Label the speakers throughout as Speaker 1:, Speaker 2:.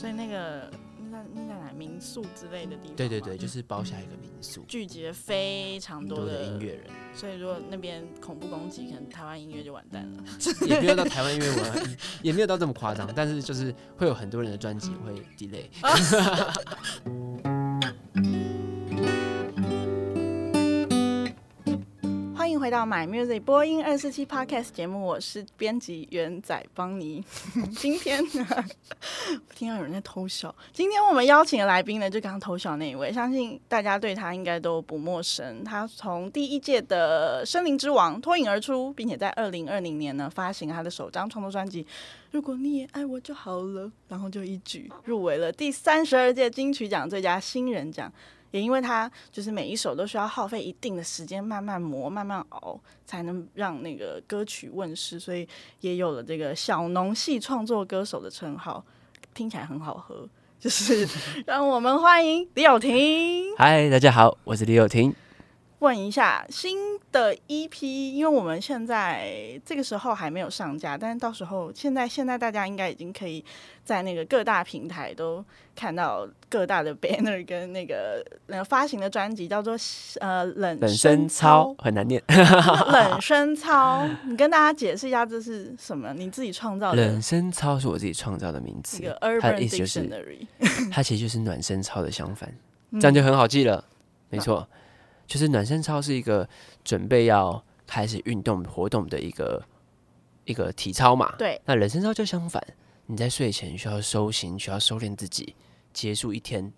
Speaker 1: 所以那个那在那在哪民宿之类的地方，
Speaker 2: 对对对，，就是包下一个民宿，
Speaker 1: 聚集了非常
Speaker 2: 很
Speaker 1: 多
Speaker 2: 多的
Speaker 1: 的
Speaker 2: 音，乐人，
Speaker 1: 所以如果那边恐怖攻击，可能台湾音乐就完蛋了。
Speaker 2: 也没有到台湾音乐文， 也没有到这么夸张，但是就是会有很多人的专辑会 delay。
Speaker 1: 欢迎回到 My Music 播音二四七 Podcast 节目，我是编辑元仔邦尼。今天呢，听到有人在偷笑。今天我们邀请的来宾呢，就刚刚偷笑那一位，相信大家对他应该都不陌生。他从第一届的《森林之王》脱颖而出，并且在二零二零年呢发行他的首张创作专辑《如果你也爱我就好了》，然后就一举入围了第三十二届金曲奖最佳新人奖。也因为他就是每一首都需要耗费一定的时间慢慢磨、慢慢熬，才能让那个歌曲问世，所以也有了这个“小农系创作歌手”的称号，听起来很好喝。就是 让我们欢迎李友廷。
Speaker 2: 嗨，大家好，我是李友廷。
Speaker 1: 问一下新的 EP，因为我们现在这个时候还没有上架，但是到时候现在现在大家应该已经可以在那个各大平台都看到各大的 banner 跟那个呃发行的专辑叫做呃冷
Speaker 3: 本身操
Speaker 1: 操
Speaker 3: 很难念，
Speaker 1: 冷声操，你跟大家解释一下这是什么？你自己创造的
Speaker 3: 冷身操是我自己创造的名词
Speaker 1: 这个，
Speaker 3: 它的
Speaker 1: Urban
Speaker 3: 意思就是
Speaker 1: Dictionary，
Speaker 3: 它其实就是暖身操的相反，
Speaker 1: 嗯
Speaker 3: 这样就很好记了。没错，就是暖身操是一个准备要开始运动活动的一个一个体操嘛。
Speaker 1: 对，
Speaker 3: 那冷身操就相反，你在睡前需要收心，需要收敛自己，结束一天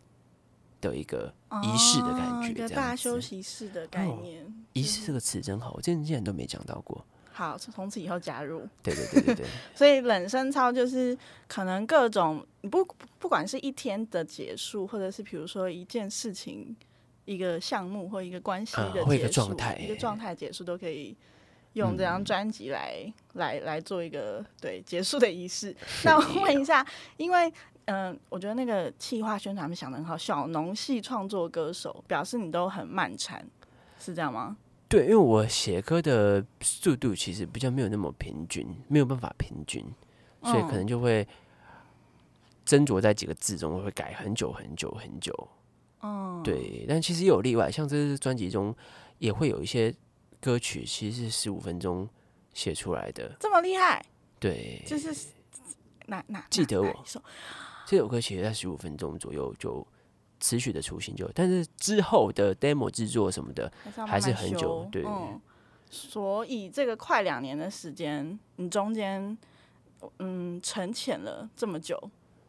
Speaker 3: 的一个仪式的感
Speaker 1: 哦
Speaker 3: 觉，
Speaker 1: 一个
Speaker 3: 这
Speaker 1: 大
Speaker 3: 样
Speaker 1: 休
Speaker 3: 子。哦
Speaker 1: 息室的概念。
Speaker 3: 仪式这个词真好，我之前竟然都没讲到过。
Speaker 1: 好，从此以后加入。
Speaker 3: 对对对对 对。
Speaker 1: 所以冷身操就是可能各种你不不管是一天的结束，或者是比如说一件事情、一个项目或一个关系
Speaker 3: 啊
Speaker 1: 的
Speaker 3: 或一
Speaker 1: 结
Speaker 3: 个
Speaker 1: 束，
Speaker 3: 状态嗯
Speaker 1: 一个状态结束都可以用这张专辑来、来来做一个对结束的仪式。那我问一下，因为。嗯，我觉得那个企划宣传他们想的很好，小农系创作歌手表示你都很漫长，是这样吗？
Speaker 3: 对，因为我写歌的速度其实比较没有那么平均，没有办法平均，所以可
Speaker 1: 嗯
Speaker 3: 能就会斟酌在几个字中，会改很久很久很久。
Speaker 1: 嗯，
Speaker 3: 对，但其实也有例外，像这次专辑中也会有一些歌曲，其实是十五分钟写出来的。
Speaker 1: 这么厉害，
Speaker 3: 对，
Speaker 1: 就是哪哪
Speaker 3: 记得
Speaker 1: 哪哪
Speaker 3: 我
Speaker 1: 一首
Speaker 3: 这首歌其实在十五分钟左右就持续的雏形就，但是之后的 demo 制作什么的，
Speaker 1: 还是要慢慢
Speaker 3: 还是很
Speaker 1: 修
Speaker 3: 久对
Speaker 1: 嗯，所以这个快两年的时间，你中间嗯沉潜了这么久，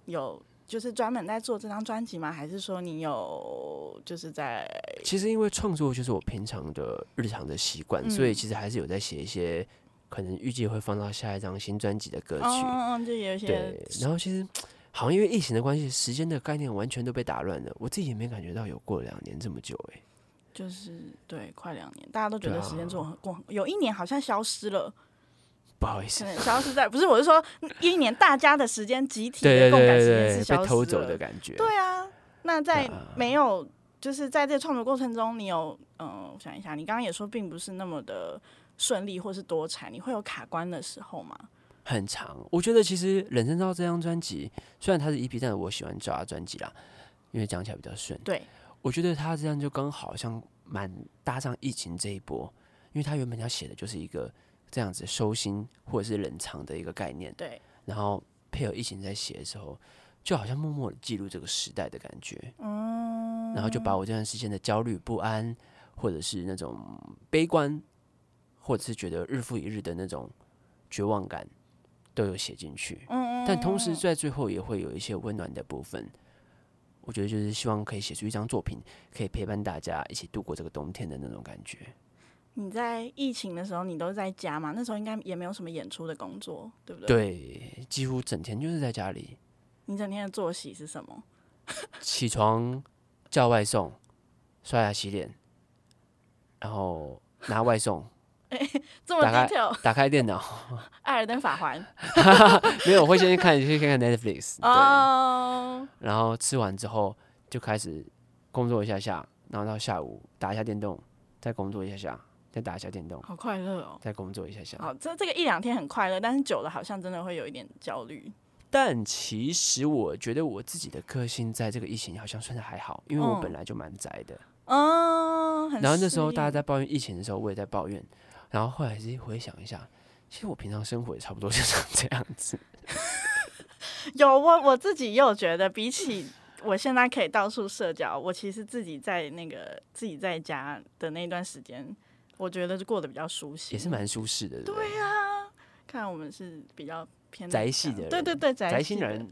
Speaker 1: 有就是专门在做这张专辑吗？还是说你有就是在
Speaker 3: 其实因为创作就是我平常的日常的习惯，所
Speaker 1: 嗯
Speaker 3: 以其实还是有在写一些可能预计会放到下一张新专辑的歌曲。
Speaker 1: 嗯嗯嗯，就有一些
Speaker 3: 对，然后其实好像因为疫情的关系，时间的概念完全都被打乱了。我自己也没感觉到有过两年这么久哎、
Speaker 1: 就是对快两年，大家都觉得
Speaker 3: 对啊
Speaker 1: 时间过很过很，有一年好像消失了，
Speaker 3: 不好意思
Speaker 1: 可，能消失在不是我是说一年大家的时间集体
Speaker 3: 对
Speaker 1: 的
Speaker 3: 对
Speaker 1: 共感
Speaker 3: 对
Speaker 1: 时间
Speaker 3: 对
Speaker 1: 是
Speaker 3: 对，
Speaker 1: 消
Speaker 3: 被
Speaker 1: 失
Speaker 3: 偷走
Speaker 1: 了
Speaker 3: 的感觉。
Speaker 1: 对啊，那在
Speaker 3: 啊
Speaker 1: 没有就是在这创作过程中，你有嗯、呃我想一下，你刚刚也说并不是那么的顺利或是多产，你会有卡关的时候吗？
Speaker 3: 很长。我觉得其实《冷身照》这张专辑，虽然它是 E EP，但是我喜欢叫它专辑啦，因为讲起来比较顺。
Speaker 1: 对，
Speaker 3: 我觉得他这样就刚好像蛮搭上疫情这一波，因为他原本要写的就是一个这样子收心或者是冷藏的一个概念，
Speaker 1: 对，
Speaker 3: 然后配合疫情在写的时候，就好像默默的记录这个时代的感觉，
Speaker 1: 嗯，
Speaker 3: 然后就把我这段时间的焦虑不安，或者是那种悲观，或者是觉得日复一日的那种绝望感，都有写进去。
Speaker 1: 嗯，嗯
Speaker 3: 但同时
Speaker 1: 嗯
Speaker 3: 在最后也会有一些温暖的部分。我觉得就是希望可以写出一张作品，可以陪伴大家一起度过这个冬天的那种感觉。
Speaker 1: 你在疫情的时候，你都在家嘛？那时候应该也没有什么演出的工作，对不对？，
Speaker 3: 对，几乎整天就是在家里，
Speaker 1: 你整天的作息是什么？
Speaker 3: 起床叫外送，刷牙洗脸，然后拿外送，
Speaker 1: 这么
Speaker 3: 大概
Speaker 1: detail，《
Speaker 3: 打开电脑，
Speaker 1: 艾尔登法环
Speaker 3: 没有，我会先看，先看看 Netflix，》对，
Speaker 1: 哦，
Speaker 3: 然后吃完之后就开始工作一下下，然后到下午打一下电动，再工作一下下，再打一下电动，
Speaker 1: 好快乐哦！
Speaker 3: 再工作一下下。
Speaker 1: 好，这这个一两天很快乐，但是久了好像真的会有一点焦虑。
Speaker 3: 但其实我觉得我自己的个性在这个疫情好像算是还好，因为我
Speaker 1: 嗯
Speaker 3: 本来就蛮宅的。
Speaker 1: 嗯，很
Speaker 3: 然后那时候
Speaker 1: 适
Speaker 3: 大家
Speaker 1: 应
Speaker 3: 在抱怨疫情的时候，我也在抱怨。然后后来是回想一下，其实我平常生活也差不多就 像这样子。
Speaker 1: 有我我自己也有觉得，比起我现在可以到处社交，我其实自己在那个自己在家的那段时间，我觉得是过得比较舒心，
Speaker 3: 也是蛮舒适的，对不对？
Speaker 1: 对啊。看我们是比较偏
Speaker 3: 宅
Speaker 1: 内
Speaker 3: 系
Speaker 1: 向
Speaker 3: 的
Speaker 1: 对
Speaker 3: 人
Speaker 1: 对对，宅
Speaker 3: 宅
Speaker 1: 系
Speaker 3: 心
Speaker 1: 的
Speaker 3: 人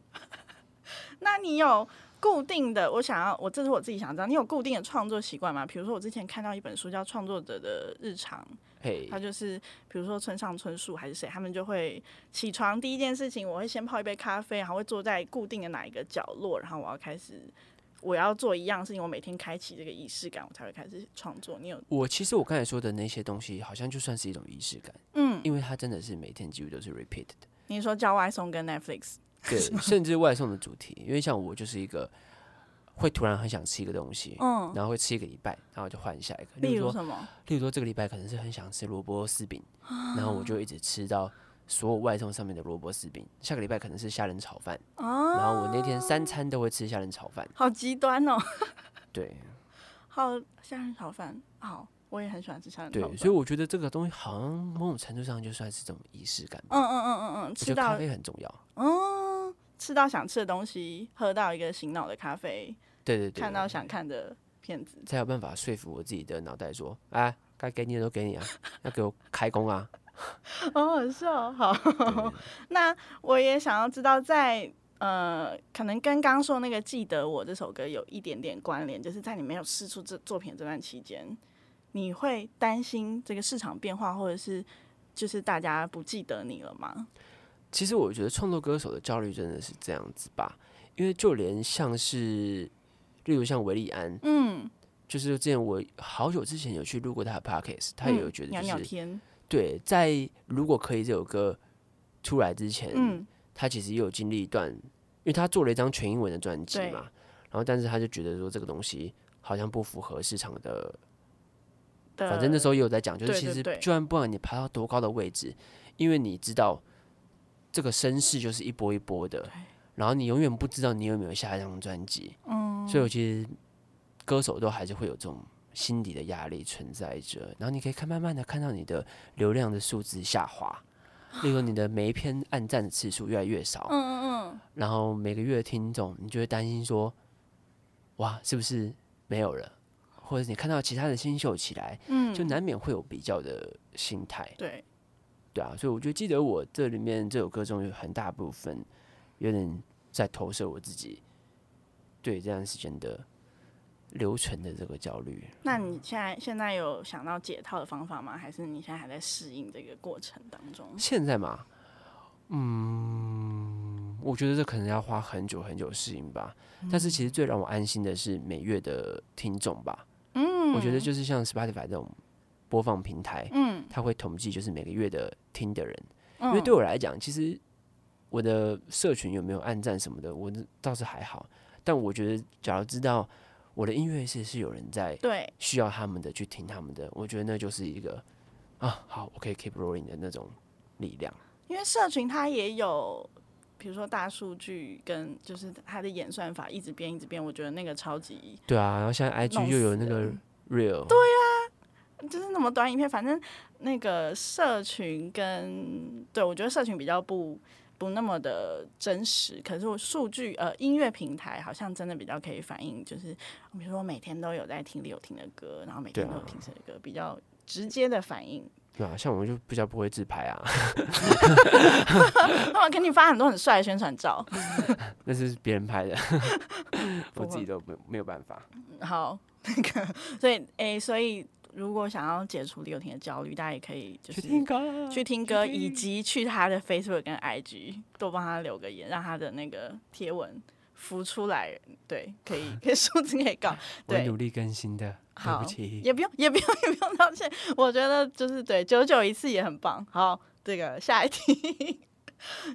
Speaker 1: 那你有固定的？我想要，我这是我自己想知道，你有固定的创作习惯吗？比如说，我之前看到一本书叫《创作者的日常》，
Speaker 3: 嘿
Speaker 1: 它，就是比如说村上春树还是谁，他们就会起床第一件事情，我会先泡一杯咖啡，然后会坐在固定的哪一个角落，然后我要开始。我要做一样事情，我每天开启这个仪式感，我才会开始创作。你有
Speaker 3: 我其实我刚才说的那些东西，好像就算是一种仪式感，
Speaker 1: 嗯，
Speaker 3: 因为它真的是每天几乎都是 repeat 的。
Speaker 1: 你说叫外送跟 Netflix，
Speaker 3: 对，甚至外送的主题，因为像我就是一个会突然很想吃一个东西，
Speaker 1: 嗯，
Speaker 3: 然后会吃一个礼拜，然后就换下一个。
Speaker 1: 例
Speaker 3: 例
Speaker 1: 如
Speaker 3: 如说，
Speaker 1: 什么？
Speaker 3: 例如说这个礼拜可能是很想吃萝卜丝饼，然后我就一直吃到所有外送上面的萝卜丝饼。下个礼拜可能是虾仁炒饭，
Speaker 1: 哦，
Speaker 3: 然后我那天三餐都会吃虾仁炒饭。
Speaker 1: 好极端哦，
Speaker 3: 对
Speaker 1: 好虾仁炒饭，好，我也很喜欢吃虾仁炒
Speaker 3: 对
Speaker 1: 饭。，
Speaker 3: 所以我觉得这个东西好像某种程度上就算是一种仪式感吧。
Speaker 1: 嗯嗯嗯嗯嗯，
Speaker 3: 我
Speaker 1: 吃
Speaker 3: 觉得咖
Speaker 1: 到
Speaker 3: 啡很重要。
Speaker 1: 嗯，吃到想吃的东西，喝到一个醒脑的咖啡，
Speaker 3: 对对对，
Speaker 1: 看到想看的片子。
Speaker 3: 才有办法说服我自己的脑袋说，哎，该给你的都给你啊， 要给我开工啊。
Speaker 1: 好好笑，哦好。
Speaker 3: 对
Speaker 1: 那我也想要知道在，呃，可能跟刚刚说那个《记得我》这首歌有一点点关联，就是在你没有试出这作品这段期间，你会担心这个市场变化，或者是就是大家不记得你了吗？
Speaker 3: 其实我觉得创作歌手的焦虑真的是这样子吧，因为就连像是，例如像维利安，
Speaker 1: 嗯，
Speaker 3: 就是之前我好久之前有去录过他的 podcast，他也有觉
Speaker 1: 嗯、
Speaker 3: 得就
Speaker 1: 聊
Speaker 3: 是、
Speaker 1: 聊天，
Speaker 3: 对，在《如果可以》这首歌出来之前，
Speaker 1: 嗯
Speaker 3: 他其实也有经历一段，因为他做了一张全英文的专辑
Speaker 1: 对
Speaker 3: 嘛，然后但是他就觉得说这个东西好像不符合市场的
Speaker 1: 的，
Speaker 3: 反正那时候也有在讲，就是
Speaker 1: 对
Speaker 3: 其
Speaker 1: 对
Speaker 3: 实
Speaker 1: 对
Speaker 3: 就算不管你爬到多高的位置，因为你知道这个声势就是一波一波的，然后你永远不知道你有没有下一张专辑，嗯，所以我其实歌手都还是会有这种心理的压力存在着，然后你可以看慢慢的看到你的流量的数字下滑。例如你的每一篇按赞的次数越来越少，嗯嗯嗯，然后每个月的听众，你就会担心说，哇，是不是没有了？或者你看到其他的新秀起来，
Speaker 1: 嗯，
Speaker 3: 就难免会有比较的心态，
Speaker 1: 对，
Speaker 3: 对啊，所以我觉得记得我这里面这首歌中有很大部分有点在投射我自己对这段时间的流程的这个焦虑。
Speaker 1: 那你现在现在有想到解套的方法吗？还是你现在还在适应这个过程当中？
Speaker 3: 现在嘛，嗯，我觉得这可能要花很久很久适应吧。
Speaker 1: 嗯
Speaker 3: 但是其实最让我安心的是每月的听众吧，
Speaker 1: 嗯
Speaker 3: 我觉得就是像 Spotify 这种播放平台，
Speaker 1: 嗯，
Speaker 3: 它会统计就是每个月的听的人。
Speaker 1: 因
Speaker 3: 因为对我来讲，其实我的社群有没有暗赞什么的，我倒是还好。但我觉得，假如知道我的音乐是是有人在
Speaker 1: 对
Speaker 3: 需要他们的去听他们的，我觉得那就是一个啊，好，我可以 keep rolling 的那种力量。
Speaker 1: 因为社群它也有，比如说大数据跟就是它的演算法一直变一直变，我觉得那个超级
Speaker 3: 对啊，然后现在 IG
Speaker 1: 弄
Speaker 3: 又有
Speaker 1: 死
Speaker 3: 那个
Speaker 1: 人
Speaker 3: real，对啊，
Speaker 1: 就是那么短影片，反正那个社群跟对我觉得社群比较不。不那么的真实，可是我数据呃音乐平台好像真的比较可以反映，就是比如说我每天都有在听李友廷的歌，然后每天
Speaker 3: 对
Speaker 1: 都
Speaker 3: 啊
Speaker 1: 有听谁的歌，比较直接的反应。
Speaker 3: 对啊，像我就比较不会自拍啊，
Speaker 1: 他们给你发很多很帅的宣传照。
Speaker 3: 那是别人拍的，我
Speaker 1: 不
Speaker 3: 自己
Speaker 1: 会
Speaker 3: 都没没有办法。
Speaker 1: 好， 那个，所以诶、所以如果想要解除李友廷的焦虑，大家也可以就是
Speaker 3: 歌
Speaker 1: 去听歌，以及去他的 Facebook 跟 IG 多帮他留个言，让他的那个贴文浮出来。对，可以，可以 数字可以高，
Speaker 3: 我
Speaker 1: 对
Speaker 3: 努。力更新的，对
Speaker 1: 好
Speaker 3: 不起，
Speaker 1: 也不用，也不用，也不用道歉。我觉得就是对，九九一次也很棒。好，这个下一题。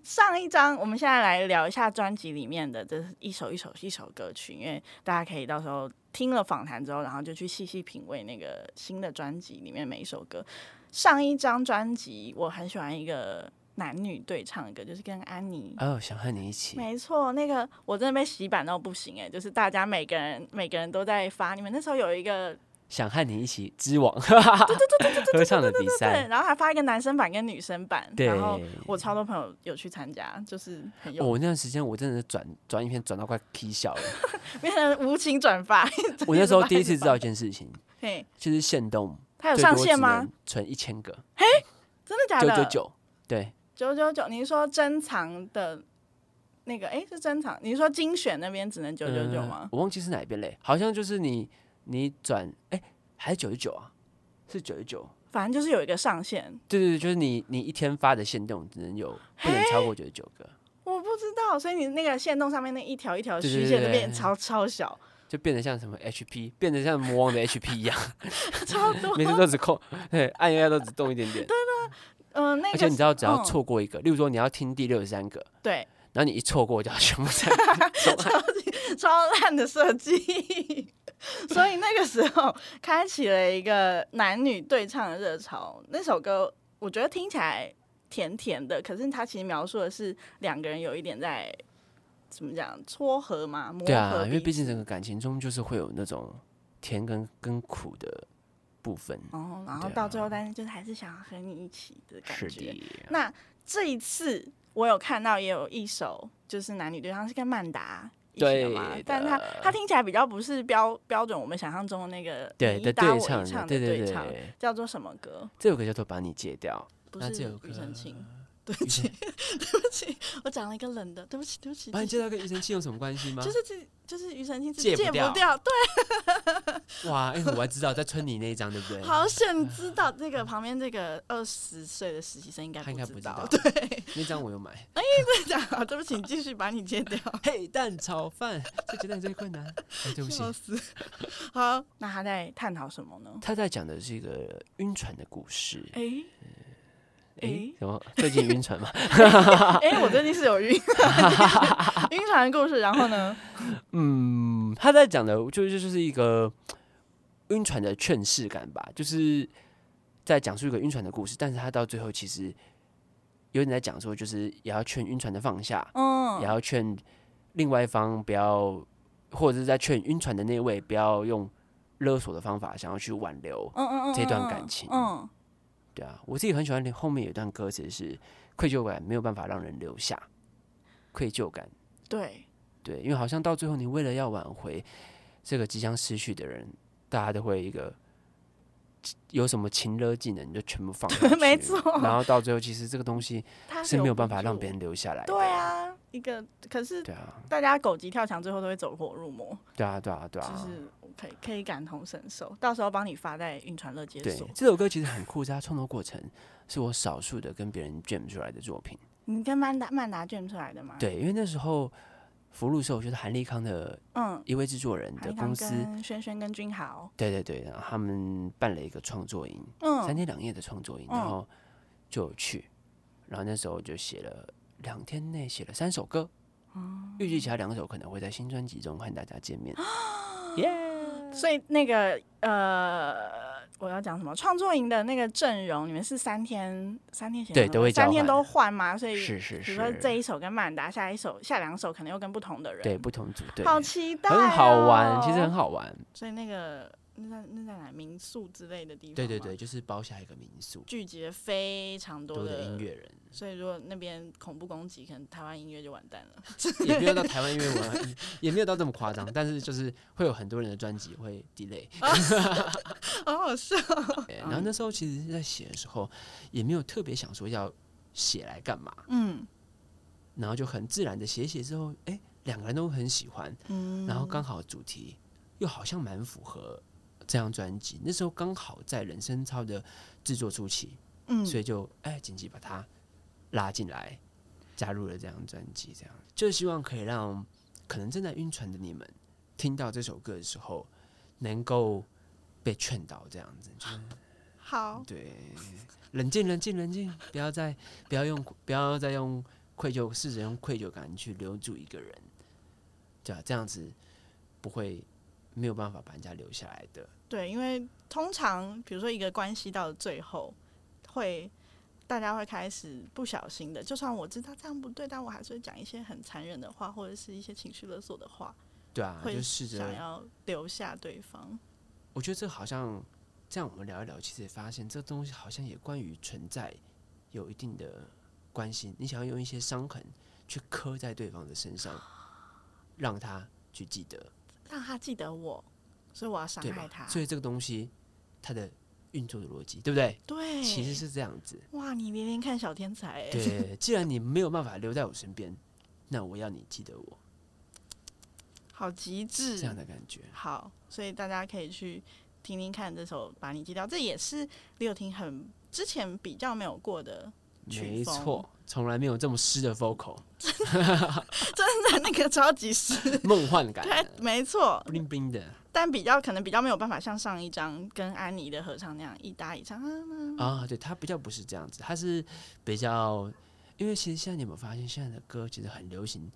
Speaker 1: 上一张，我们现在来聊一下专辑里面的这一首一首一首歌曲，因为大家可以到时候听了访谈之后，然后就去细细品味那个新的专辑里面每一首歌。上一张专辑我很喜欢一个男女对唱的歌，就是跟安妮。
Speaker 3: 哦，想和你一起，
Speaker 1: 没错，那个我真的被洗版到不行哎、就是大家每个人每个人都在发，你们那时候有一个
Speaker 3: 想和你一起织网， 合唱的比
Speaker 1: 对，
Speaker 3: 赛，
Speaker 1: 然后还发一个男生版跟女生版，
Speaker 3: 对
Speaker 1: 然后我超多朋友有去参加，就是很
Speaker 3: 哦
Speaker 1: 有，
Speaker 3: 我那段时间我真的是转转影片转到快踢笑了。
Speaker 1: 变成无情转发。
Speaker 3: 我那时候第一次知道一件事情，
Speaker 1: 嘿，
Speaker 3: 就是限动
Speaker 1: 他有
Speaker 3: 最
Speaker 1: 上
Speaker 3: 多只
Speaker 1: 线吗
Speaker 3: 能？存一千个，
Speaker 1: 真的假
Speaker 3: 九
Speaker 1: 的？
Speaker 3: 啊九九，对
Speaker 1: 九九九，你是说珍藏的那个，哎、是珍藏？你是说精选那边只能九九九
Speaker 3: 嗯
Speaker 1: 吗？
Speaker 3: 我忘记是哪一边嘞，好像就是你你转哎还是九十九啊，是九十九。
Speaker 1: 反正就是有一个上限，
Speaker 3: 对对对，就是你你一天发的限动只能有不能超过九十九个，
Speaker 1: 我不知道，所以你那个线动上面那一条一条的
Speaker 3: 对
Speaker 1: 虚
Speaker 3: 对
Speaker 1: 线
Speaker 3: 对
Speaker 1: 就
Speaker 3: 对
Speaker 1: 变超超小，
Speaker 3: 就变得像什么 HP，变得像魔王的 HP 一样，
Speaker 1: 超多。
Speaker 3: 每次都只控，对，按一下都只动一点点。
Speaker 1: 嗯、那
Speaker 3: 而
Speaker 1: 个
Speaker 3: 且你知道，只要
Speaker 1: 嗯
Speaker 3: 错过一个，例如说你要听第六十三个，
Speaker 1: 对
Speaker 3: 然后你一错过就要全部删
Speaker 1: 超烂的设计， 所以那个时候开启了一个男女对唱的热潮。那首歌我觉得听起来甜甜的，可是它其实描述的是两个人有一点在怎么讲撮合嘛，磨合
Speaker 3: 对啊，因为
Speaker 1: 彼
Speaker 3: 毕
Speaker 1: 此
Speaker 3: 竟整个感情中就是会有那种甜跟跟苦的部分。
Speaker 1: 哦，然后
Speaker 3: 对啊
Speaker 1: 到最后，但是就是还是想要和你一起的感
Speaker 3: 是
Speaker 1: 觉。
Speaker 3: 的，
Speaker 1: 那这一次我有看到也有一首就是男女对唱是跟曼达一起的嘛
Speaker 3: 对，
Speaker 1: 但他
Speaker 3: 的
Speaker 1: 他听起来比较不是标标准我们想象中的那个
Speaker 3: 对
Speaker 1: 你一
Speaker 3: 的
Speaker 1: 搭我
Speaker 3: 对
Speaker 1: 一
Speaker 3: 唱
Speaker 1: 唱
Speaker 3: 对
Speaker 1: 的
Speaker 3: 对
Speaker 1: 对唱，
Speaker 3: 对，
Speaker 1: 叫做什么歌？
Speaker 3: 这首歌叫做《把你戒 掉
Speaker 1: 不
Speaker 4: 那
Speaker 1: 是
Speaker 4: 这首
Speaker 1: 庾
Speaker 4: 歌
Speaker 1: 澄庆， 对不起，对不起，我讲了一个冷的，对不起，对不起，
Speaker 4: 把你
Speaker 1: 就
Speaker 4: 介绍跟庾澄庆有什么关系吗？
Speaker 1: 是 就是就是庾澄庆是
Speaker 4: 戒不
Speaker 1: 戒不
Speaker 4: 掉
Speaker 1: 掉，对，
Speaker 4: 哇，哎、我还知道在村里那一张，对不对？
Speaker 1: 好想知道这个旁边这个二十岁的实习生应该
Speaker 4: 他应该不
Speaker 1: 知
Speaker 4: 知
Speaker 1: 道
Speaker 4: 道，
Speaker 1: 对，
Speaker 4: 那张我有 买。
Speaker 1: 好， 对不起，你继续把你戒掉。
Speaker 4: 嘿，蛋炒饭，这决定最困难。哎， 对不起
Speaker 1: 笑，死！好，那他在探讨什么呢？
Speaker 3: 他在讲的是一个晕船的故事。
Speaker 1: 哎哎
Speaker 3: 诶，什么？最近晕船吗？
Speaker 1: 哎，我最近是有 晕晕船的故事，然后呢？
Speaker 3: 嗯，他在讲的就就就是一个晕船的劝世感吧，就是在讲述一个晕船的故事，但是他到最后其实有点在讲说，就是也要劝晕船的放下，也
Speaker 1: 嗯，
Speaker 3: 要劝另外一方不要，或者是在劝晕船的那位不要用勒索的方法想要去挽留。
Speaker 1: 嗯嗯嗯，
Speaker 3: 这段感情
Speaker 1: 嗯，
Speaker 3: 对啊，我自己很喜欢后面有一段歌词是“愧疚感没有办法让人留下”，愧疚感
Speaker 1: 对，
Speaker 3: 对，因为好像到最后，你为了要挽回这个即将失去的人，大家都会一个有什么情勒技能，你就全部放上去，
Speaker 1: 没错
Speaker 3: 然后到最后，其实这个东西
Speaker 1: 他
Speaker 3: 是没有办法让别
Speaker 1: 人。
Speaker 3: 人留下来的。
Speaker 1: 对，啊，一个可是
Speaker 3: 对啊，
Speaker 1: 大家狗急跳墙，最后都会走火入魔，
Speaker 3: 对啊，对啊，对
Speaker 1: 就
Speaker 3: 啊。
Speaker 1: 是可以可以感同身受。到时候帮你发在晕船乐解
Speaker 3: 对
Speaker 1: 锁，。
Speaker 3: 这首歌其实很酷，是它创作过程是我少数的跟别人 jam 出来的作品。
Speaker 1: 你跟曼达曼达卷出来的吗？，
Speaker 3: 对，因为那时候福禄寿就是韩立康的
Speaker 1: 嗯，
Speaker 3: 一位制作人的
Speaker 1: 韩
Speaker 3: 公
Speaker 1: 康
Speaker 3: 司，
Speaker 1: 跟轩轩跟君豪，
Speaker 3: 对对对，然后他们办了一个创作营，三
Speaker 1: 嗯，
Speaker 3: 天两夜的创作营，
Speaker 1: 嗯
Speaker 3: 然后就有去，然后那时候就写了两天内写了三首歌，
Speaker 1: 哦
Speaker 3: 预计其他两首可能会在新专辑中和大家见面。
Speaker 1: 啊所以那个呃，我要讲什么？创作营的那个阵容，你们是三天三天前
Speaker 3: 对
Speaker 1: 后
Speaker 3: 都会
Speaker 1: 三
Speaker 3: 交
Speaker 1: 天
Speaker 3: 换
Speaker 1: 都换吗？所以
Speaker 3: 是是
Speaker 1: 比如说
Speaker 3: 是，
Speaker 1: 这一首跟曼达，下一首下两首可能又跟不同的人，
Speaker 3: 对，不同组队，
Speaker 1: 好期待、哦
Speaker 3: 很好玩，其实很
Speaker 1: 好。
Speaker 3: 好玩。
Speaker 1: 所以那个那在那在哪民宿之类的地方，
Speaker 4: 对对对，，就是包下一个民宿，
Speaker 1: 聚集了非常多
Speaker 4: 多
Speaker 1: 的
Speaker 4: 的音。乐人，
Speaker 1: 所以如果那边恐怖攻击，可能台湾音乐就完蛋了。
Speaker 4: 也不用到台湾音乐玩， 也没有到这么夸张，但是就是会有很多人的专辑会 delay。
Speaker 1: 好好笑，
Speaker 4: 对
Speaker 1: 嗯
Speaker 4: 然后那时候其实是在写的时候，也没有特别想说要写来干嘛，
Speaker 1: 嗯
Speaker 4: 然后就很自然的写一写之后，哎，两个人都很喜欢，
Speaker 1: 嗯，
Speaker 4: 然后刚好主题又好像蛮符合这张专辑，那时候刚好在人生操的制作初期，
Speaker 1: 嗯，
Speaker 4: 所以就哎紧急把他拉进来，加入了这张专辑，这样就希望可以让可能正在晕船的你们听到这首歌的时候，能够被劝导，这样子，就是
Speaker 1: 好，
Speaker 4: 对，冷静，冷静，冷静，不要再不要用不要再用愧疚，试着用愧疚感去留住一个人，对啊，这样子不会没有办法把人家留下来的。
Speaker 1: 对，因为通常比如说一个关系到最后会大家会开始不小心的，就算我知道这样不对，但我还是会讲一些很残忍的话，或者是一些情绪勒索的话，
Speaker 3: 对啊，
Speaker 1: 会
Speaker 3: 就试
Speaker 1: 想
Speaker 3: 着。
Speaker 1: 要留下对方。
Speaker 3: 我觉得这好像这样，我们聊一聊，其实也发现这东西好像也关于存在有一定的关系。你想要用一些伤痕去刻在对方的身上，让他去记得。
Speaker 1: 让他记得我，所以我要伤
Speaker 3: 对
Speaker 1: 害
Speaker 3: 吧？
Speaker 1: 他。
Speaker 3: 所以这个东西它的运作的逻辑，对不对？
Speaker 1: 对，
Speaker 3: 其实是这样子。
Speaker 1: 哇，你连连看小天才、欸，
Speaker 3: 对，既然你没有办法留在我身边，那我要你记得我，
Speaker 1: 好极致，
Speaker 3: 这样的感觉。
Speaker 1: 好，所以大家可以去听听看这首《把你记掉》，这也是李友廷很之前比较没有过的， 曲
Speaker 3: 没
Speaker 1: 风
Speaker 3: 错，从来没有这么湿的 vocal，
Speaker 1: 真的那个超级诗，
Speaker 3: 梦幻感
Speaker 1: 对， 没错，
Speaker 3: ，bling bling 的
Speaker 1: 但比较可能比较没有办法像上一张跟安妮的合唱那样一搭一唱啊，
Speaker 3: 啊。对，它比较不是这样子，它是比较，因为其实现在你有没有发现，现在的歌其实很流行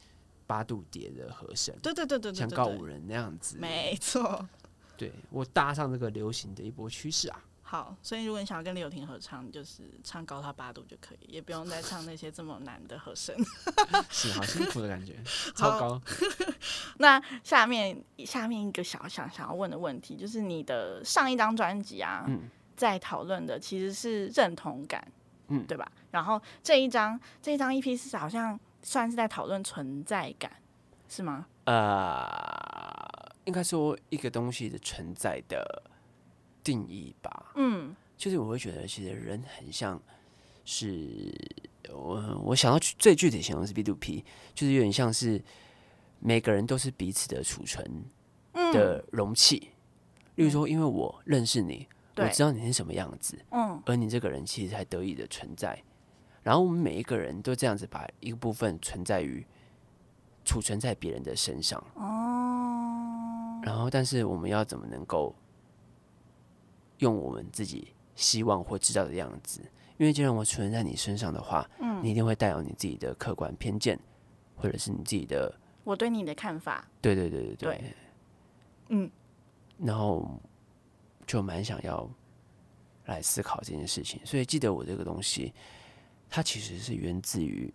Speaker 3: 八度叠的和声，
Speaker 1: 对对对对对
Speaker 3: 像
Speaker 1: 对
Speaker 3: 告五
Speaker 1: 对，
Speaker 3: 人那样子。
Speaker 1: 没错。
Speaker 3: 对我搭上这个流行的一波趋势啊。
Speaker 1: 好，所以如果你想要跟李友廷合唱，你就是唱高他八度就可以，也不用再唱那些这么难的和声。
Speaker 3: 是好辛苦的感觉，超高。
Speaker 1: 那下面下面一个小想想要问的问题，就是你的上一张专辑啊，
Speaker 3: 嗯
Speaker 1: 在讨论的其实是认同感，
Speaker 3: 嗯
Speaker 1: 对吧？然后这一张这一张 EP 是好像算是在讨论存在感，是吗？
Speaker 5: 呃，应该说一个东西的存在的定义吧。
Speaker 1: 嗯，
Speaker 5: 就是我会觉得，其实人很像是呃我我想要去最具体形容是 B to P，就是有点像是每个人都是彼此的储存的容器。例如说，因为我认识你，我
Speaker 1: 对
Speaker 5: 知道你是什么样子，
Speaker 1: 嗯，
Speaker 5: 而你这个人其实才得以的存在。然后我们每一个人都这样子把一个部分存在于储存在别人的身上。
Speaker 1: 哦，
Speaker 5: 然后，但是我们要怎么能够用我们自己希望或知道的样子？因为既然我存在你身上的话，嗯，你一定会带有你自己的客观偏见，或者是你自己的，
Speaker 1: 我对你的看法，
Speaker 5: 对对对对对，
Speaker 1: 对嗯，
Speaker 5: 然后就蛮想要来思考这件事情。所以记得我这个东西，它其实是源自于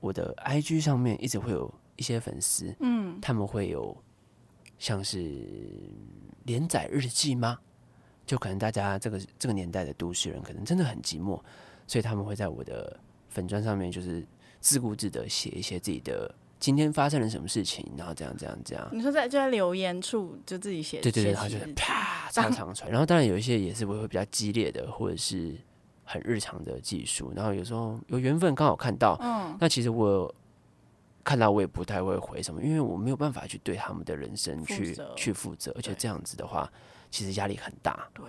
Speaker 5: 我的 IG 上面一直会有一些粉丝，嗯，他们会有像是连载日记吗？就可能大家这个这个年代的都市人，可能真的很寂寞，所以他们会在我的粉砖上面就是自顾自的写一些自己的今天发生了什么事情，然后这样这样这样，
Speaker 1: 你说在就在留言处就自己写，
Speaker 5: 对对对，
Speaker 1: 写
Speaker 5: 他
Speaker 1: 日
Speaker 5: 就是
Speaker 1: 记
Speaker 5: 啪超长传，然后当然有一些也是会会比较激烈的，或者是很日常的技术，然后有时候有缘分刚好看到，嗯，那其实我看到我也不太会回什么，因为我没有办法去对他们的人生
Speaker 1: 负
Speaker 5: 去
Speaker 1: 责
Speaker 5: 去负责，而且
Speaker 1: 对
Speaker 5: 这样子的话，其实压力很大，
Speaker 1: 对，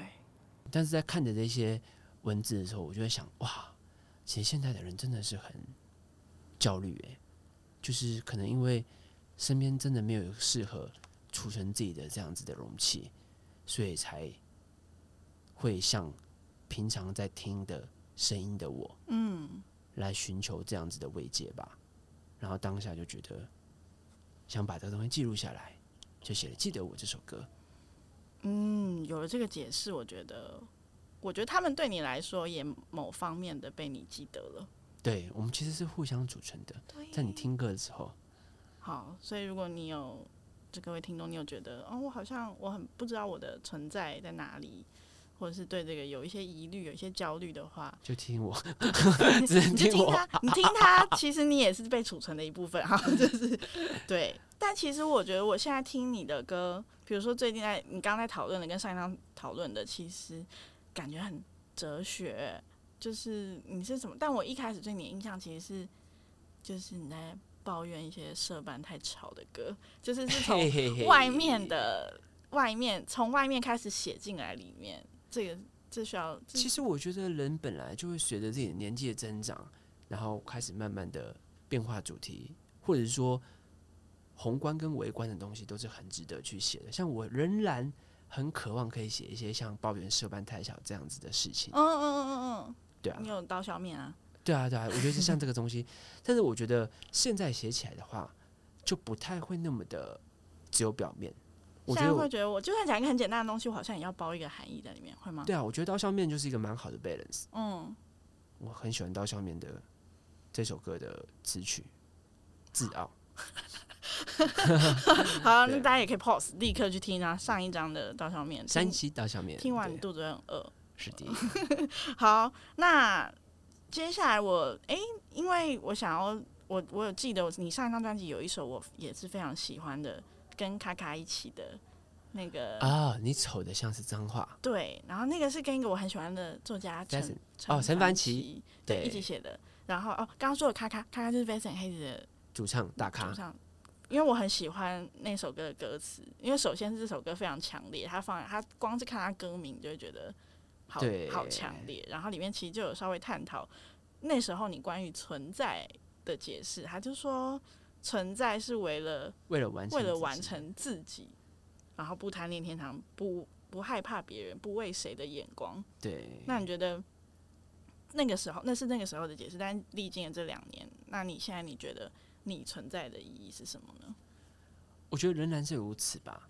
Speaker 3: 但是在看着这些文字的时候，我就会想，哇，其实现在的人真的是很焦虑，诶，就是可能因为身边真的没有适合储存自己的这样子的容器，所以才会像平常在听的声音的我，嗯，来寻求这样子的慰藉吧。然后当下就觉得想把这个东西记录下来，就写了《记得我》这首歌。
Speaker 1: 嗯，有了这个解释，我觉得，我觉得他们对你来说也某方面的被你记得了。
Speaker 3: 对我们其实是互相组成的，在你听歌的时候，
Speaker 1: 好，所以如果你有就各位听众，你有觉得哦，我好像我很不知道我的存在在哪里，或者是对这个有一些疑虑、有一些焦虑的话，
Speaker 3: 就听我，
Speaker 1: 你
Speaker 3: 只能
Speaker 1: 你就
Speaker 3: 听
Speaker 1: 听
Speaker 3: 我。
Speaker 1: 他，你听他，其实你也是被储存的一部分哈， 就是对。但其实我觉得我现在听你的歌，比如说最近在你刚才讨论的跟上一张讨论的，其实感觉很哲学，就是你是什么？但我一开始对你的印象其实是，就是你在抱怨一些社办太吵的歌，就是是从
Speaker 3: 嘿嘿嘿
Speaker 1: 外面的外面从外面开始写进来里面，这个这需要这
Speaker 3: 其实我觉得人本来就会随着自己的年纪的增长，然后开始慢慢的变化主题，或者说宏观跟微观的东西都是很值得去写的。像我仍然很渴望可以写一些像抱怨社办太小这样子的事情
Speaker 1: 嗯，嗯嗯嗯嗯。
Speaker 3: 对啊
Speaker 1: 你，有刀削面啊？
Speaker 3: 对啊，对啊，我觉得是像这个东西，但是我觉得现在写起来的话，就不太会那么的只有表面。我
Speaker 1: 现在
Speaker 3: 觉得
Speaker 1: 会
Speaker 3: 我
Speaker 1: 觉得我就算讲一个很简单的东西，我好像也要包一个含义在里面，会吗？
Speaker 3: 对啊，我觉得刀削面就是一个蛮好的 balance。
Speaker 1: 嗯，
Speaker 3: 我很喜欢刀削面的这首歌的词曲，自傲。
Speaker 1: 好，
Speaker 3: 对
Speaker 1: 那大家也可以 pause，立刻去听他上一张的刀削面。
Speaker 3: 山
Speaker 1: 听
Speaker 3: 西刀削面，
Speaker 1: 听完
Speaker 3: 对
Speaker 1: 你肚子会很饿。
Speaker 3: 是 的，
Speaker 1: 好，那接下来我诶，因为我想要我我有记得你上一张专辑有一首我也是非常喜欢的，跟卡卡一起的那个、
Speaker 3: 啊，你丑的像是脏话，
Speaker 1: 对，然后那个是跟一个我很喜欢的作家陈
Speaker 3: Vincent-
Speaker 1: 陈
Speaker 3: 哦陈
Speaker 1: 凡
Speaker 3: 凡奇
Speaker 1: 一起
Speaker 3: 对，
Speaker 1: 写的。然后哦，刚刚说的卡卡卡卡就是 Vincent Hayes 的
Speaker 3: 主唱大
Speaker 1: 主
Speaker 3: 咖，
Speaker 1: 唱，因为我很喜欢那首歌的歌词，因为首先是这首歌非常强烈，它放它光是看它歌名就会觉得好
Speaker 3: 对
Speaker 1: 好强烈，然后里面其实就有稍微探讨那时候你关于存在的解释，他就说存在是为了
Speaker 3: 为了完成，
Speaker 1: 为了完，成自己，然后不贪恋天堂，不不害怕别人，不为谁的眼光，
Speaker 3: 对，
Speaker 1: 那你觉得那个时候，那是那个时候的解释，但历经了这两年，那你现在你觉得你存在的意义是什么呢？
Speaker 3: 我觉得仍然是如此吧，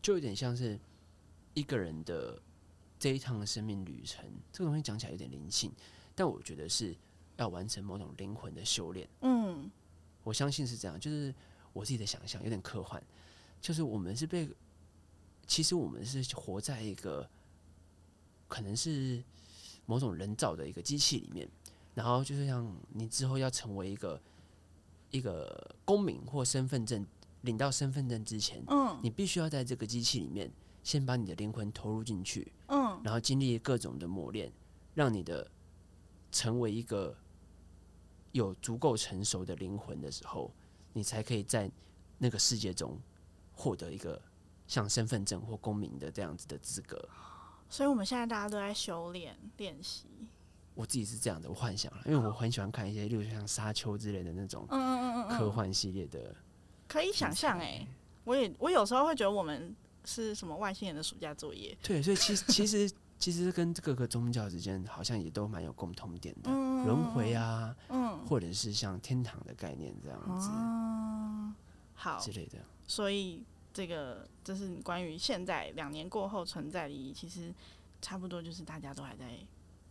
Speaker 3: 就有点像是一个人的这一趟生命旅程，这个东西讲起来有点灵性，但我觉得是要完成某种灵魂的修炼。
Speaker 1: 嗯，
Speaker 3: 我相信是这样，就是我自己的想象，有点科幻，就是我们是被，其实我们是活在一个可能是某种人造的一个机器里面，然后就是像你之后要成为一个一个公民或身份证，领到身份证之前，嗯，你必须要在这个机器里面先把你的灵魂投入进去，嗯，然后经历各种的磨练，让你的成为一个有足够成熟的灵魂的时候，你才可以在那个世界中获得一个像身份证或公民的这样子的资格。
Speaker 1: 所以我们现在大家都在修炼练习，
Speaker 3: 我自己是这样的，我幻想了，因为我很喜欢看一些，例如像《沙丘》之类的那种科幻系列的。
Speaker 1: 可以想象哎、我也我有时候会觉得我们是什么外星人的暑假作业，
Speaker 3: 对，所以其实其实其实跟各个宗教之间好像也都蛮有共通点的，轮回啊，或者是像天堂的概念这样子
Speaker 1: 好，
Speaker 3: 之类的。
Speaker 1: 所以这个这是你关于现在两年过后存在的意义，其实差不多就是大家都还在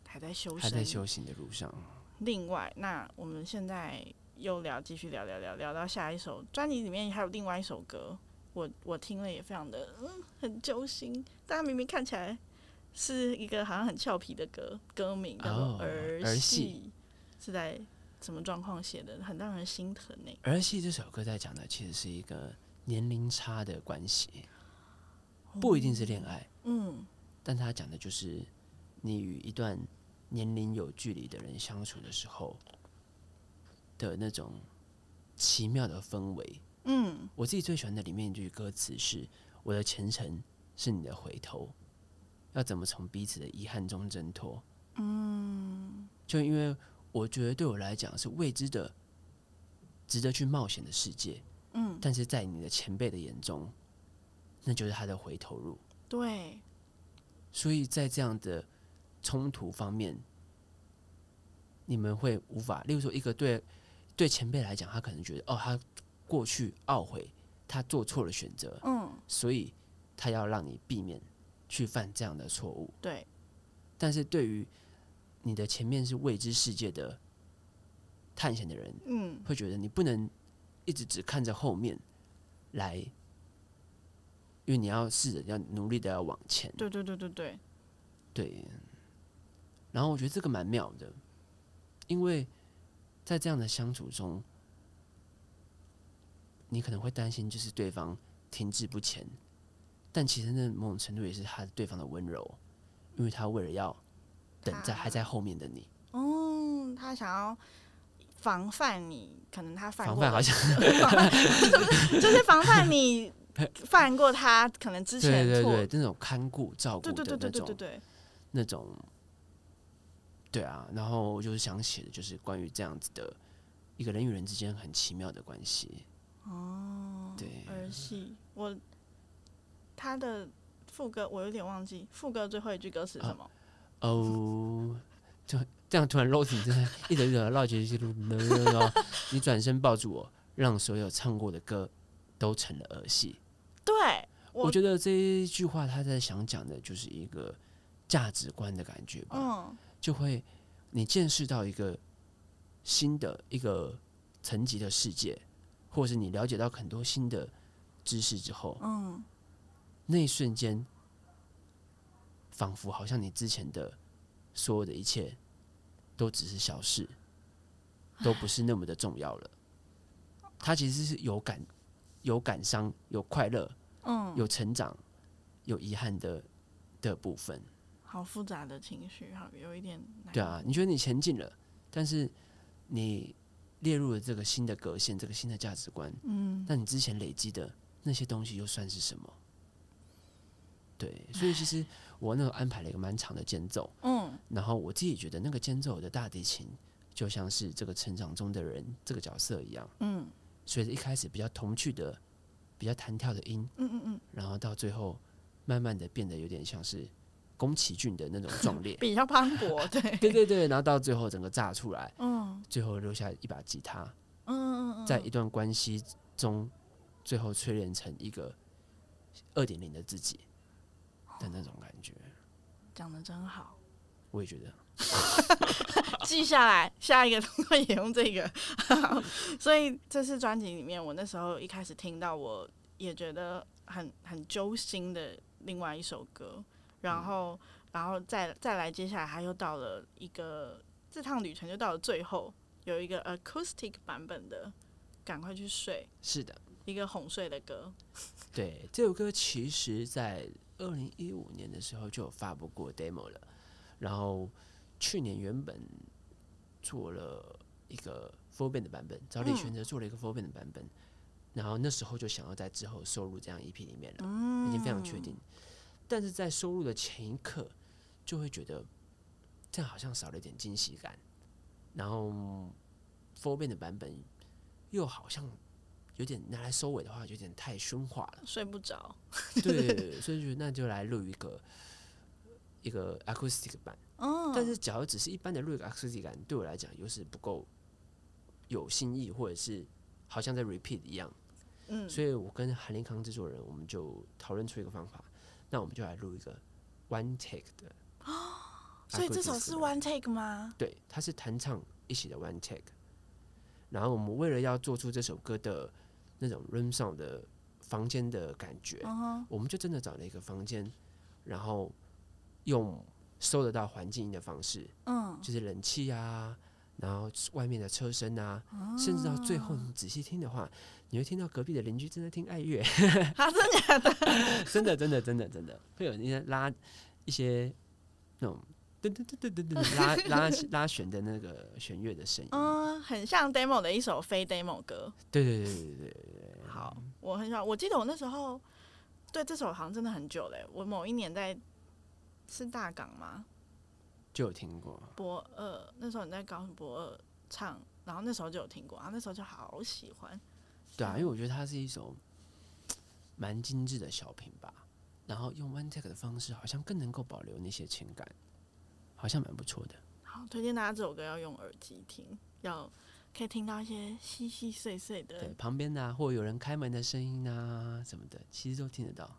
Speaker 1: 还在修
Speaker 3: 还
Speaker 1: 身，
Speaker 3: 在修行的路上，
Speaker 1: 另外，那我们现在又聊，继续聊聊聊聊到下一首专辑里面还有另外一首歌，我我听了也非常的嗯很揪心，但它明明看起来是一个好像很俏皮的歌，歌名叫做
Speaker 3: 哦
Speaker 1: 《儿戏》
Speaker 3: 儿戏
Speaker 1: 是在什么状况写的？很让人心疼呢、
Speaker 3: 儿戏这首歌在讲的其实是一个年龄差的关系，不一定是恋爱，
Speaker 1: 嗯，
Speaker 3: 但它讲的就是你与一段年龄有距离的人相处的时候的那种奇妙的氛围。嗯，我自己最喜欢的里面一句歌词是：“我的前程是你的回头，要怎么从彼此的遗憾中挣脱？”嗯，就因为我觉得对我来讲是未知的、值得去冒险的世界。嗯，但是在你的前辈的眼中，那就是他的回头路。
Speaker 1: 对，
Speaker 3: 所以在这样的冲突方面，你们会无法，例如说一个对对前辈来讲，他可能觉得哦，他过去懊悔，他做错了选择，嗯，所以他要让你避免去犯这样的错误。
Speaker 1: 对，
Speaker 3: 但是对于你的前面是未知世界的探险的人，
Speaker 1: 嗯，
Speaker 3: 会觉得你不能一直只看着后面来，因为你要试着要努力的要往前。
Speaker 1: 对对对对对，
Speaker 3: 对，然后我觉得这个蛮妙的，因为在这样的相处中，你可能会担心就是对方停滞不前，但其实那某种程度也是他对方的温柔，因为他为了要等在还在后面的你，
Speaker 1: 嗯，他想要防范你，可能他犯
Speaker 3: 防
Speaker 1: 过
Speaker 3: 范
Speaker 1: 的
Speaker 3: 好像
Speaker 1: 就是防范你 犯过他可能之前
Speaker 3: 对对
Speaker 1: 错，
Speaker 3: 对，那种看顾照顾
Speaker 1: 对对对
Speaker 3: 的那
Speaker 1: 对对对
Speaker 3: 种
Speaker 1: 对，
Speaker 3: 那种，对啊，然后我就是想写的就是关于这样子的一个人与人之间很奇妙的关系，哦，对。
Speaker 1: 儿戏我他的副歌我有点忘记，副歌最后一句歌词是
Speaker 3: 啊
Speaker 1: 什么？
Speaker 3: 哦，就这样突然露体，真的，一直一直绕进去路，你转身抱住我，让所有唱过的歌都成了儿戏。
Speaker 1: 对，我
Speaker 3: 我觉得这一句话他在想讲的就是一个价值观的感觉吧，
Speaker 1: 嗯，
Speaker 3: 就会你见识到一个新的一个层级的世界，或是你了解到很多新的知识之后，
Speaker 1: 嗯，
Speaker 3: 那一瞬间，仿佛好像你之前的所有的一切都只是小事，都不是那么的重要了。他其实是有感、有感伤、有快乐、
Speaker 1: 嗯，
Speaker 3: 有成长、有遗憾的的部分。
Speaker 1: 好复杂的情绪，好有一点难
Speaker 3: 对啊，你觉得你前进了，但是你列入了这个新的格线，这个新的价值观，
Speaker 1: 嗯，
Speaker 3: 那你之前累积的那些东西又算是什么？对，所以其实我那个安排了一个蛮长的间奏，
Speaker 1: 嗯
Speaker 3: 然后我自己觉得那个间奏的大提琴就像是这个成长中的人这个角色一样，
Speaker 1: 嗯
Speaker 3: 随着一开始比较童趣的、比较弹跳的音，
Speaker 1: 嗯嗯嗯，，
Speaker 3: 然后到最后慢慢的变得有点像是宫崎骏的那种壮烈
Speaker 1: 比较磅礴，对，
Speaker 3: 对对对，然后到最后整个炸出来，
Speaker 1: 嗯
Speaker 3: 最后留下一把吉他，
Speaker 1: 嗯嗯嗯，
Speaker 3: 在一段关系中，最后淬炼成一个二点零的自己的那种感觉，
Speaker 1: 讲的真好，
Speaker 3: 我也觉得
Speaker 1: 记下来，下一个动作也用这个。 所以这次专辑里面，我那时候一开始听到，我也觉得很很揪心的另外一首歌，然后、然后再再来，接下来他又到了一个这趟旅程就到了最后，有一个 acoustic 版本的《赶快去睡
Speaker 3: 是的。》，
Speaker 1: 一个哄睡的歌。
Speaker 3: 对，这首歌其实在二零一五年的时候就有发布过 demo 了，然后去年原本做了一个 full band 的版本，找李玄哲做了一个 full band 的版本，然后那时候就想要在之后收入这样 EP 里面了，已经非常确定。但是在收入的前一刻，就会觉得这样好像少了一点惊喜感，然后 full band 的版本又好像有点拿来收尾的话，有点太喧哗了。
Speaker 1: 睡不着，
Speaker 3: 对，所以就那就来录一个一个 acoustic 版。
Speaker 1: 嗯，
Speaker 3: 但是假如只是一般的录一个 acoustic 版，对我来讲又是不够有新意，或者是好像在 repeat 一样。
Speaker 1: 嗯，
Speaker 3: 所以我跟韩林康制作人，我们就讨论出一个方法，那我们就来录一个 one take 的 acoustic 版。
Speaker 1: 哦所以这首是 one take 吗？
Speaker 3: 对，它是弹唱一起的 one take。然后我们为了要做出这首歌的那种 room sound 的房间的感觉，我们就真的找了一个房间，然后用收得到环境音的方式，
Speaker 1: 嗯，
Speaker 3: 就是冷气啊，然后外面的车声啊，甚至到最后你仔细听的话，你会听到隔壁的邻居正在听爱乐，
Speaker 1: 啊，真的假的？
Speaker 3: 真的真的真的真的会有一些拉一些那种。噔噔噔噔噔噔，拉拉拉弦的那个弦乐的声音，
Speaker 1: 嗯，很像 demo 的一首非 demo 歌。
Speaker 3: 对对对对对对，
Speaker 1: 好，嗯我很喜欢。我记得我那时候对这首好像真的很久嘞。我某一年在是大港吗？
Speaker 3: 就有听过。
Speaker 1: 博二那时候你在高雄博二唱，然后那时候就有听过，啊然后那时候就好喜欢。
Speaker 3: 对啊，因为我觉得它是一首蛮精致的小品吧，然后用 one take 的方式，好像更能够保留那些情感，好像蛮不错的。
Speaker 1: 好，推荐大家这首歌要用耳机听，要可以听到一些细细碎碎
Speaker 3: 对
Speaker 1: 的，。
Speaker 3: 旁边呐、或有人开门的声音啊什么的，其实都听得到。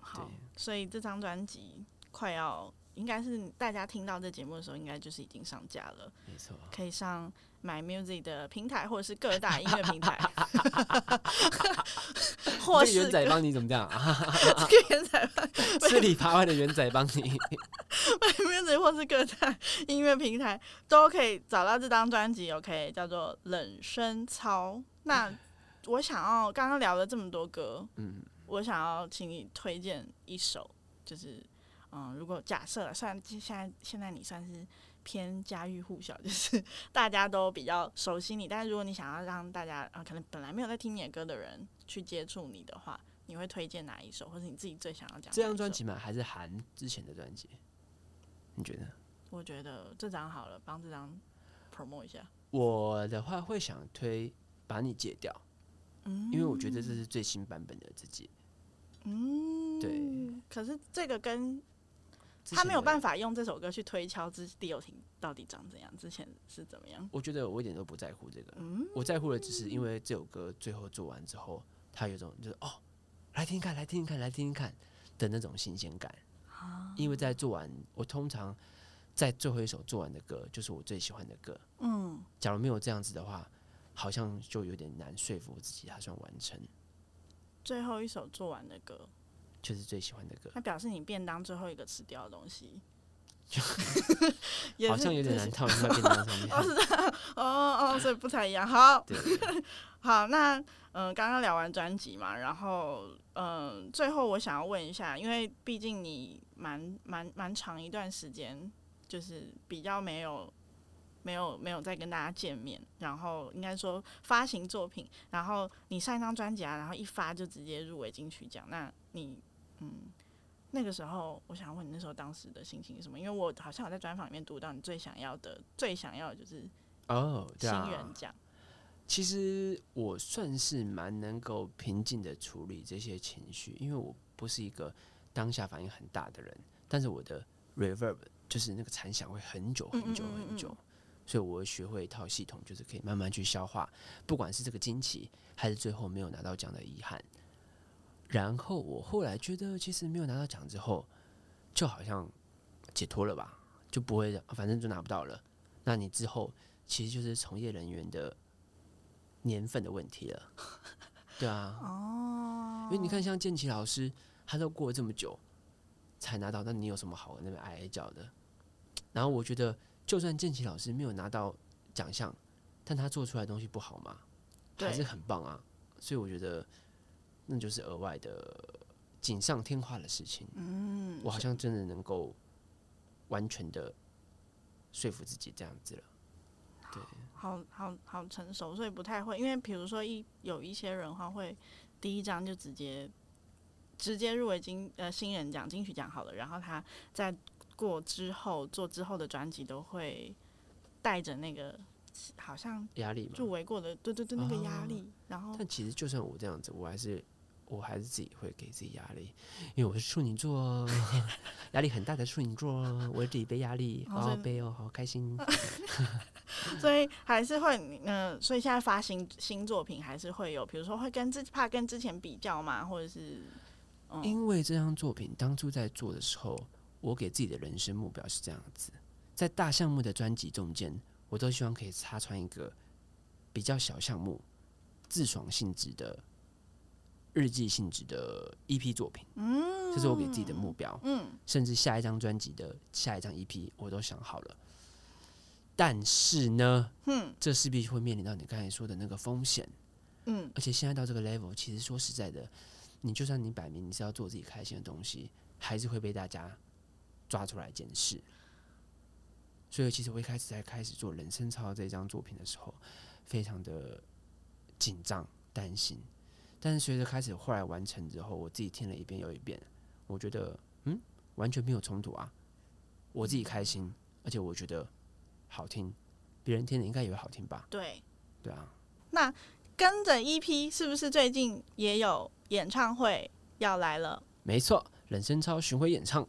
Speaker 1: 好，所以这张专辑快要。应该是大家听到这节目的时候，应该就是已经上架了。
Speaker 3: 没错，
Speaker 1: 可以上 My Music 的平台，或者是各大音乐平 台， 或
Speaker 3: 这个
Speaker 1: 是
Speaker 3: 元仔帮你怎么样啊？
Speaker 1: 各元仔
Speaker 3: 吃里扒外的元仔帮你，
Speaker 1: My Music 或是各大音乐平台都可以找到这张专辑。OK，叫做《冷声操》。那我想要刚刚聊了这么多歌，
Speaker 3: 嗯，
Speaker 1: 我想要请你推荐一首，就是嗯，如果假设算现在现在你算是偏家喻户晓，就是大家都比较熟悉你，但是如果你想要让大家啊、呃可能本来没有在听你的歌的人去接触你的话，你会推荐哪一首，或者你自己最想要讲？
Speaker 3: 这张专，辑嘛，还是韩之前的专辑？你觉得？
Speaker 1: 我觉得这张好了，帮这张 promo 一下。
Speaker 3: 我的话会想推把你戒掉，因为我觉得这是最新版本的自己。
Speaker 1: 嗯，
Speaker 3: 对。
Speaker 1: 可是这个跟
Speaker 3: 之
Speaker 1: 他
Speaker 3: 前
Speaker 1: 没有
Speaker 3: 的
Speaker 1: 办法用这首歌去推敲之第六庭到底长怎样，之前是怎么样？
Speaker 3: 我觉得我一点都不在乎这个，
Speaker 1: 嗯
Speaker 3: 我在乎的只是因为这首歌最后做完之后，它有种就是哦，来听听看，来听
Speaker 1: 啊
Speaker 3: 听看，来听听看的那种新鲜感。因为在做完，我通常在最后一首做完的歌就是我最喜欢的歌。
Speaker 1: 嗯，
Speaker 3: 假如没有这样子的话，好像就有点难说服自己，它算完成，
Speaker 1: 最后一首做完的歌，
Speaker 3: 就是最喜欢的歌，
Speaker 1: 那表示你便当最后一个吃掉的东 西，也
Speaker 3: 好
Speaker 1: 是
Speaker 3: 像有点难套用在便当上面。
Speaker 1: 哦哦，所以不太一样。好，
Speaker 3: 对，
Speaker 1: 好，那嗯，刚刚聊完专辑嘛，然后嗯，最后我想要问一下，因为毕竟你蛮蛮蛮长一段时间，就是比较没有没有没有再跟大家见面，然后应该说发行作品，然后你上一张专辑啊，然后一发就直接入围金曲奖，那你嗯。那个时候，我想问你那时候当时的心情是什么？因为我好像有在专访里面读到，你最想要的、最想要的就是
Speaker 3: 哦，对
Speaker 1: 新
Speaker 3: 啊，
Speaker 1: 人奖。
Speaker 3: 其实我算是蛮能够平静的处理这些情绪，因为我不是一个当下反应很大的人，但是我的 reverb 就是那个残响会很久很久很久，所以我会学会一套系统，就是可以慢慢去消化，不管是这个惊奇，还是最后没有拿到奖的遗憾。然后我后来觉得，其实没有拿到奖之后，就好像解脱了吧，就不会，反正就拿不到了。那你之后其实就是从业人员的年份的问题了。 对啊，哦，因为你看，像建奇老师，他都过了这么久才拿到，那你有什么好那边哀哀叫的？然后我觉得，就算建奇老师没有拿到奖项，但他做出来的东西不好吗？
Speaker 1: 对
Speaker 3: 还是很棒啊！所以我觉得，那就是额外的锦上添花的事情。嗯，我好像真的能够完全的说服自己这样子了。
Speaker 1: 好好好成熟，所以不太会。因为比如说一有一些人的话，会第一张就直接直接入围金呃新人奖、金曲奖好了，然后他在过之后做之后的专辑都会带着那个好像
Speaker 3: 压力嘛，
Speaker 1: 入围过的，对对对，那个压力，然后
Speaker 3: 但其实就算我这样子，我还是我还是自己会给自己压力，因为我是处女座 哦，压力很大的处女座哦，我自己背压力，
Speaker 1: 哦
Speaker 3: 好
Speaker 1: 所以
Speaker 3: 好背哦，好开心。
Speaker 1: 所以还是会嗯、呃所以现在发新新作品还是会有，比如说会跟之怕跟之前比较嘛，或者是嗯
Speaker 3: 因为这张作品当初在做的时候，我给自己的人生目标是这样子：在大项目的专辑中间，我都希望可以插穿一个比较小项目、自爽性质的日记性质的 EP 作品。嗯，这是我给自己的目标。
Speaker 1: 嗯
Speaker 3: 甚至下一张专辑的下一张 EP 我都想好了。但是呢，
Speaker 1: 哼
Speaker 3: 这势必会面临到你刚才说的那个风险。
Speaker 1: 嗯
Speaker 3: 而且现在到这个 level，其实说实在的，你就算你摆明你是要做自己开心的东西，还是会被大家抓出来检视。所以，其实我一开始在开始做《人生操》这张作品的时候，非常的紧张、担心。但是随着开始后来完成之后，我自己听了一遍又一遍，我觉得嗯，完全没有冲突啊，我自己开心，而且我觉得好听，别人听了应该也会好听吧？
Speaker 1: 对。
Speaker 3: 对啊，
Speaker 1: 那跟着 EP 是不是最近也有演唱会要来了？
Speaker 3: 没错，人生超巡回演唱，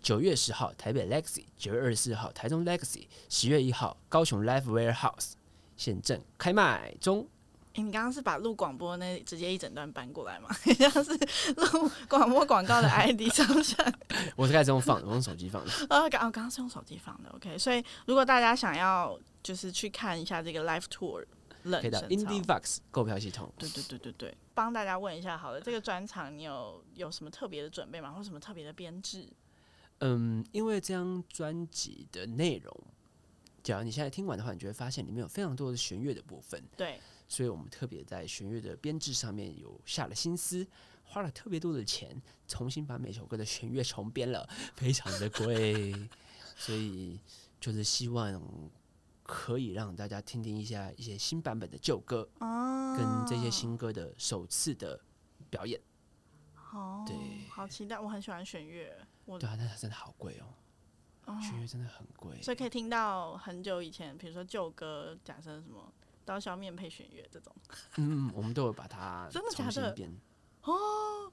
Speaker 3: 九月十号台北 Lexi，九月二十四号台中 Lexi，十月一号高雄 Live Warehouse，现正开卖中。
Speaker 1: 诶你刚刚是把录广播那直接一整段搬过来吗？ 像是录广播广 告的 ID 上下。
Speaker 3: 我是开始用放的，我用手机放的。
Speaker 1: 呃，刚哦，刚刚是用手机放的，OK。所以如果大家想要就是去看一下这个 live tour 冷
Speaker 3: 可以
Speaker 1: 声
Speaker 3: 到
Speaker 1: 操，
Speaker 3: Indie Vox 购票系统。
Speaker 1: 对对对对对，帮大家问一下好了，这个专场你有有什么特别的准备吗？或什么特别的编制？
Speaker 3: 嗯，因为这张专辑的内容，假如你现在听完的话，你就会发现里面有非常多的弦乐的部分，
Speaker 1: 对，
Speaker 3: 所以我们特别在弦乐的编制上面有下了心思，花了特别多的钱，重新把每首歌的弦乐重编了，非常的贵，所以就是希望可以让大家听听一下一些新版本的旧歌，
Speaker 1: 哦，
Speaker 3: 跟这些新歌的首次的表演。
Speaker 1: 哦，
Speaker 3: 对
Speaker 1: 好期待，我很喜欢弦乐，我
Speaker 3: 对啊，但是真的好贵哦，弦乐真的很贵。
Speaker 1: 所以可以听到很久以前，比如说旧歌，假设什么刀削面配弦乐这种。
Speaker 3: 嗯，我们都有把它
Speaker 1: 真的假
Speaker 3: 重新
Speaker 1: 的
Speaker 3: 编哦。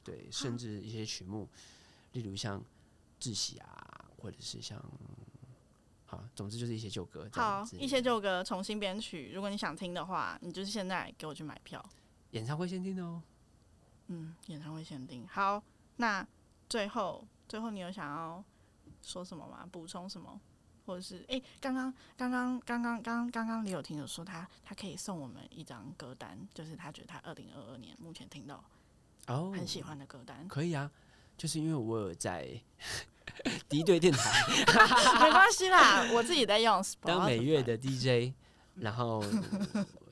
Speaker 3: 对，甚至一些曲目，例如像《窒息》啊，或者是像，好，总之就是一些旧歌这样
Speaker 1: 好，
Speaker 3: 子。
Speaker 1: 一些旧歌重新编曲，如果你想听的话，你就是现在给我去买票。
Speaker 3: 演唱会限定哦。
Speaker 1: 嗯，演唱会限定。好，那最后最后你有想要说什么吗？补充什么？或者是哎，刚刚刚刚刚刚刚刚刚李友廷有说他他可以送我们一张歌单，就是他觉得他二零二二年目前听到
Speaker 3: 哦，
Speaker 1: 很喜欢的歌单，
Speaker 3: 可以啊，就是因为我有在 敌对电台
Speaker 1: 没关系啦，我自己在用 Spotify。
Speaker 3: 当每月的 DJ，然后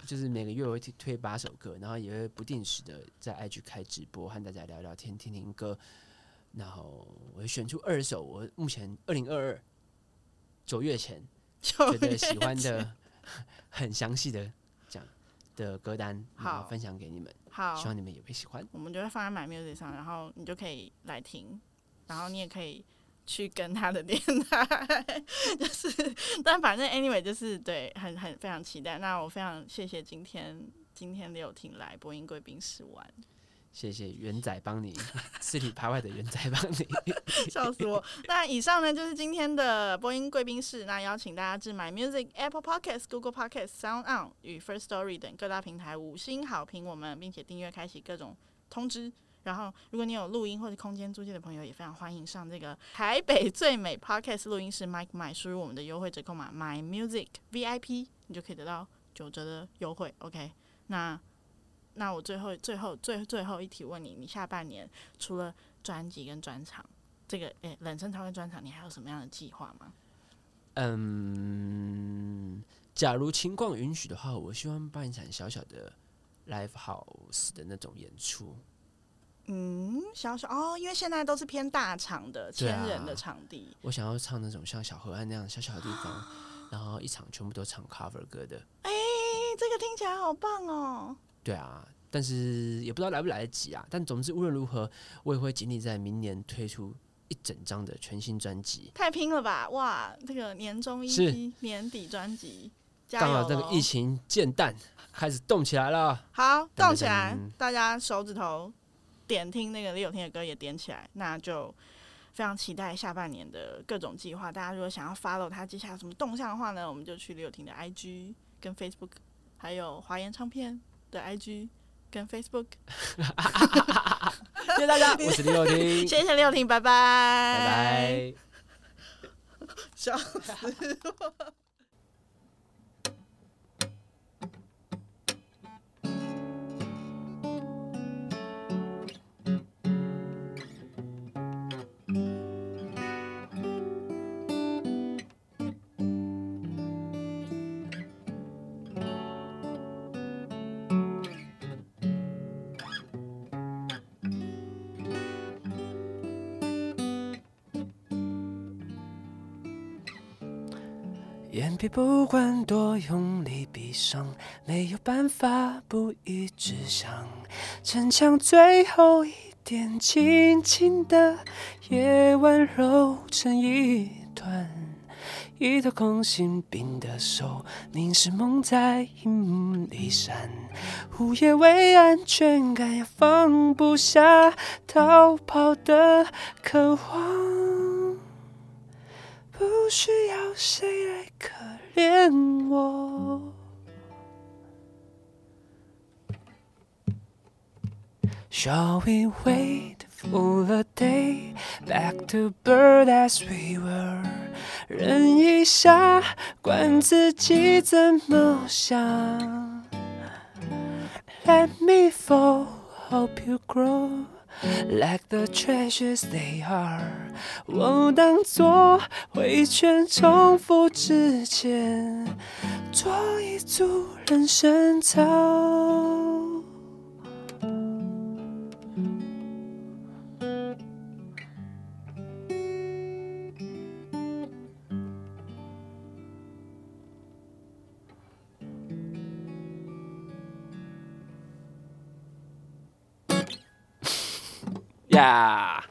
Speaker 3: 就是每个月我会推推八首歌，然后也会不定时的在 IG 开直播和大家聊聊天、听听歌，然后我会选出二首我目前二零二二九月前
Speaker 1: 九
Speaker 3: 觉得喜
Speaker 1: 月
Speaker 3: 欢
Speaker 1: 前
Speaker 3: 的 很详细的讲的歌单，然
Speaker 1: 好
Speaker 3: 后分享给你们，
Speaker 1: 好
Speaker 3: 希，望你们也会喜欢。
Speaker 1: 我们就会放在 My Music 上，然后你就可以来听，然后你也可以去跟他的电台， 就是，但反正 anyway 就是对，很很非常期待。那我非常谢谢今天今天柳婷来播音贵宾室玩，
Speaker 3: 谢谢元仔 帮你四里排外的元仔帮你，
Speaker 1: 笑死我。那以上呢就是今天的播音贵宾室，那邀请大家至 My Music、Apple Podcasts、Google Podcasts、Sound On 与 First Story 等各大平台五星好评我们，并且订阅开启各种通知。然后，如果你有录音或者空间租借的朋友，也非常欢迎上这个台北最美 Podcast 录音室 Mike My，输入我们的优惠折扣码 My Music VIP，你就可以得到九折的优惠。OK，那那我最后最后最最后一题问你，你下半年除了专辑跟专场，这个诶冷声台湾专场，你还有什么样的计划吗？
Speaker 3: 嗯，假如情况允许的话，我希望办一场小小的 live house 的那种演出，
Speaker 1: 嗯，小小哦，因为现在都是偏大场的
Speaker 3: 对
Speaker 1: 千
Speaker 3: 啊
Speaker 1: 人的场地，
Speaker 3: 我想要唱那种像小河岸那样小小的地方， 然后一场全部都唱 cover 歌的，
Speaker 1: 哎、这个听起来好棒哦。
Speaker 3: 对啊，但是也不知道来不来得及啊。但总之无论如何，我也会尽力在明年推出一整张的全新专辑。
Speaker 1: 太拼了吧！哇，这个年终一
Speaker 3: 是
Speaker 1: 批年底专辑，加
Speaker 3: 刚
Speaker 1: 油咯！
Speaker 3: 好这个疫情渐淡，开始动起来 了。
Speaker 1: 好动起来
Speaker 3: 噔噔噔，
Speaker 1: 大家手指头点听那个李友廷的歌也点起来，那就非常期待下半年的各种计划。大家如果想要 follow 他接下来有什么动向的话呢，我们就去李友廷的 IG 跟 Facebook，还有华研唱片的 IG 跟 Facebook。
Speaker 3: 谢 谢大家，我是李友廷，
Speaker 1: 谢谢李友廷，拜拜，
Speaker 3: 拜
Speaker 1: 拜
Speaker 3: 拜。
Speaker 1: 笑
Speaker 5: 眼皮不管多用力闭上，没有办法不一直想逞强，最后一点，轻轻的夜晚揉成一团，一头空心病的手凝视梦在荧幕里闪，午夜为安全感也放不下，逃跑的渴望。不需要谁来可怜我。Shall we wait for the day back to bird as we were？忍一下，管自己怎么想。Let me fall, hope you grow. Like the treasures they are，我当作回圈重复之前，做一组人生操。呀、